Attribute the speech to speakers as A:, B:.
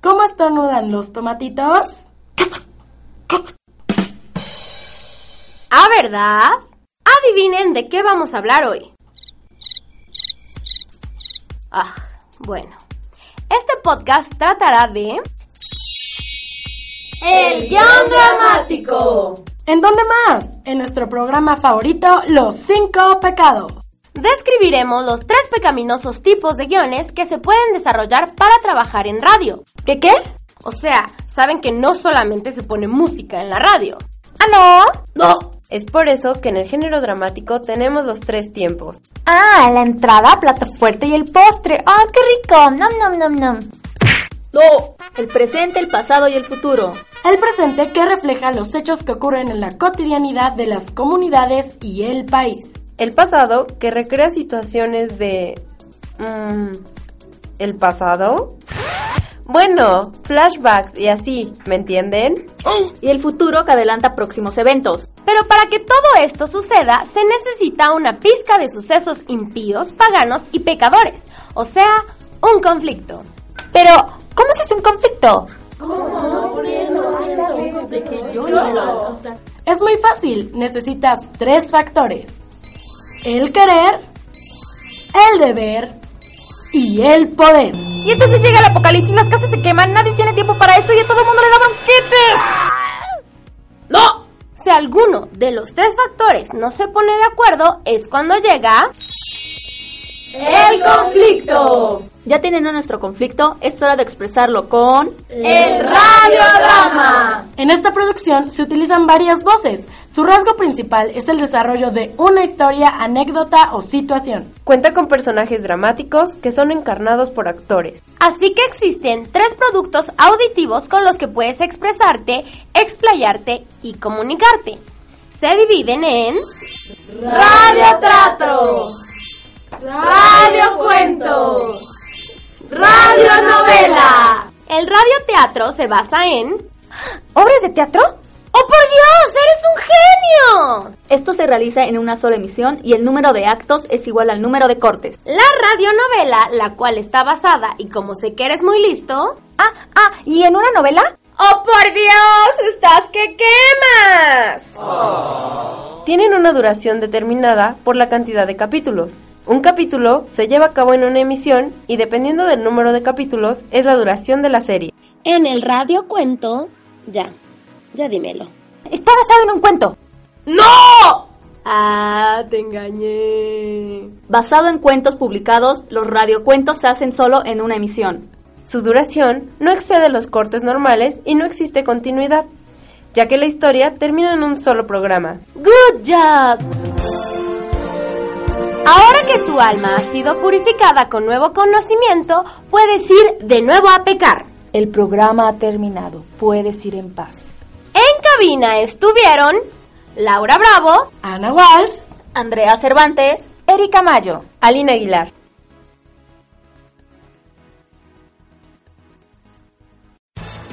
A: ¿Cómo estornudan los tomatitos?
B: ¿A verdad? Adivinen de qué vamos a hablar hoy. Ah, bueno. Este podcast tratará de...
C: El guión dramático.
A: ¿En dónde más? En nuestro programa favorito, Los Cinco Pecados.
B: Describiremos los tres pecaminosos tipos de guiones que se pueden desarrollar para trabajar en radio.
A: ¿Qué qué?
B: O sea, saben que no solamente se pone música en la radio.
A: ¿Ah,
B: no? No.
D: Es por eso que en el género dramático tenemos los tres tiempos.
E: Ah, la entrada, plato fuerte y el postre. ¡Ah, oh, qué rico! ¡Nom, nom, nom, nom!
F: ¡No! El presente, el pasado y el futuro.
A: El presente que refleja los hechos que ocurren en la cotidianidad de las comunidades y el país.
D: El pasado que recrea situaciones de... Mmm, ¿El pasado? Bueno, flashbacks y así, ¿me entienden?
F: Y el futuro que adelanta próximos eventos.
B: Pero para que todo esto suceda, se necesita una pizca de sucesos impíos, paganos y pecadores, o sea, un conflicto.
E: Pero, ¿cómo se hace un conflicto?
C: ¿Cómo?
A: Es muy fácil, necesitas tres factores. El querer, el deber y el poder.
E: Y entonces llega el apocalipsis, las casas se queman, nadie tiene tiempo para esto y a todo el mundo le da banquetes.
B: ¡No! Si alguno de los tres factores no se pone de acuerdo, es cuando llega.
C: ¡El conflicto!
F: Ya teniendo nuestro conflicto, es hora de expresarlo con.
C: ¡El radiodrama!
A: En esta producción se utilizan varias voces. Su rasgo principal es el desarrollo de una historia, anécdota o situación.
D: Cuenta con personajes dramáticos que son encarnados por actores.
B: Así que existen tres productos auditivos con los que puedes expresarte, explayarte y comunicarte. Se dividen en.
C: ¡Radio Teatro! Radio Cuento, Radio Novela.
B: El radioteatro se basa en...
E: ¿Obras de teatro?
B: ¡Oh, por Dios! ¡Eres un genio!
F: Esto se realiza en una sola emisión y el número de actos es igual al número de cortes.
B: La radionovela, la cual está basada y como sé que eres muy listo...
E: Ah, ah, ¿y en una novela?
B: ¡Oh, por Dios! ¡Estás que quemas!
D: Oh. Tienen una duración determinada por la cantidad de capítulos. Un capítulo se lleva a cabo en una emisión y dependiendo del número de capítulos es la duración de la serie.
B: En el radio cuento, ya, ya dímelo.
E: Está basado en un cuento.
B: ¡No!
A: Ah, te engañé.
F: Basado en cuentos publicados, los radiocuentos se hacen solo en una emisión.
D: Su duración no excede los cortes normales y no existe continuidad, ya que la historia termina en un solo programa.
B: Good job. Ahora que tu alma ha sido purificada con nuevo conocimiento, puedes ir de nuevo a pecar.
G: El programa ha terminado, puedes ir en paz.
B: En cabina estuvieron Laura Bravo,
A: Ana Walsh,
F: Andrea Cervantes,
E: Erika Mayo,
D: Alina Aguilar.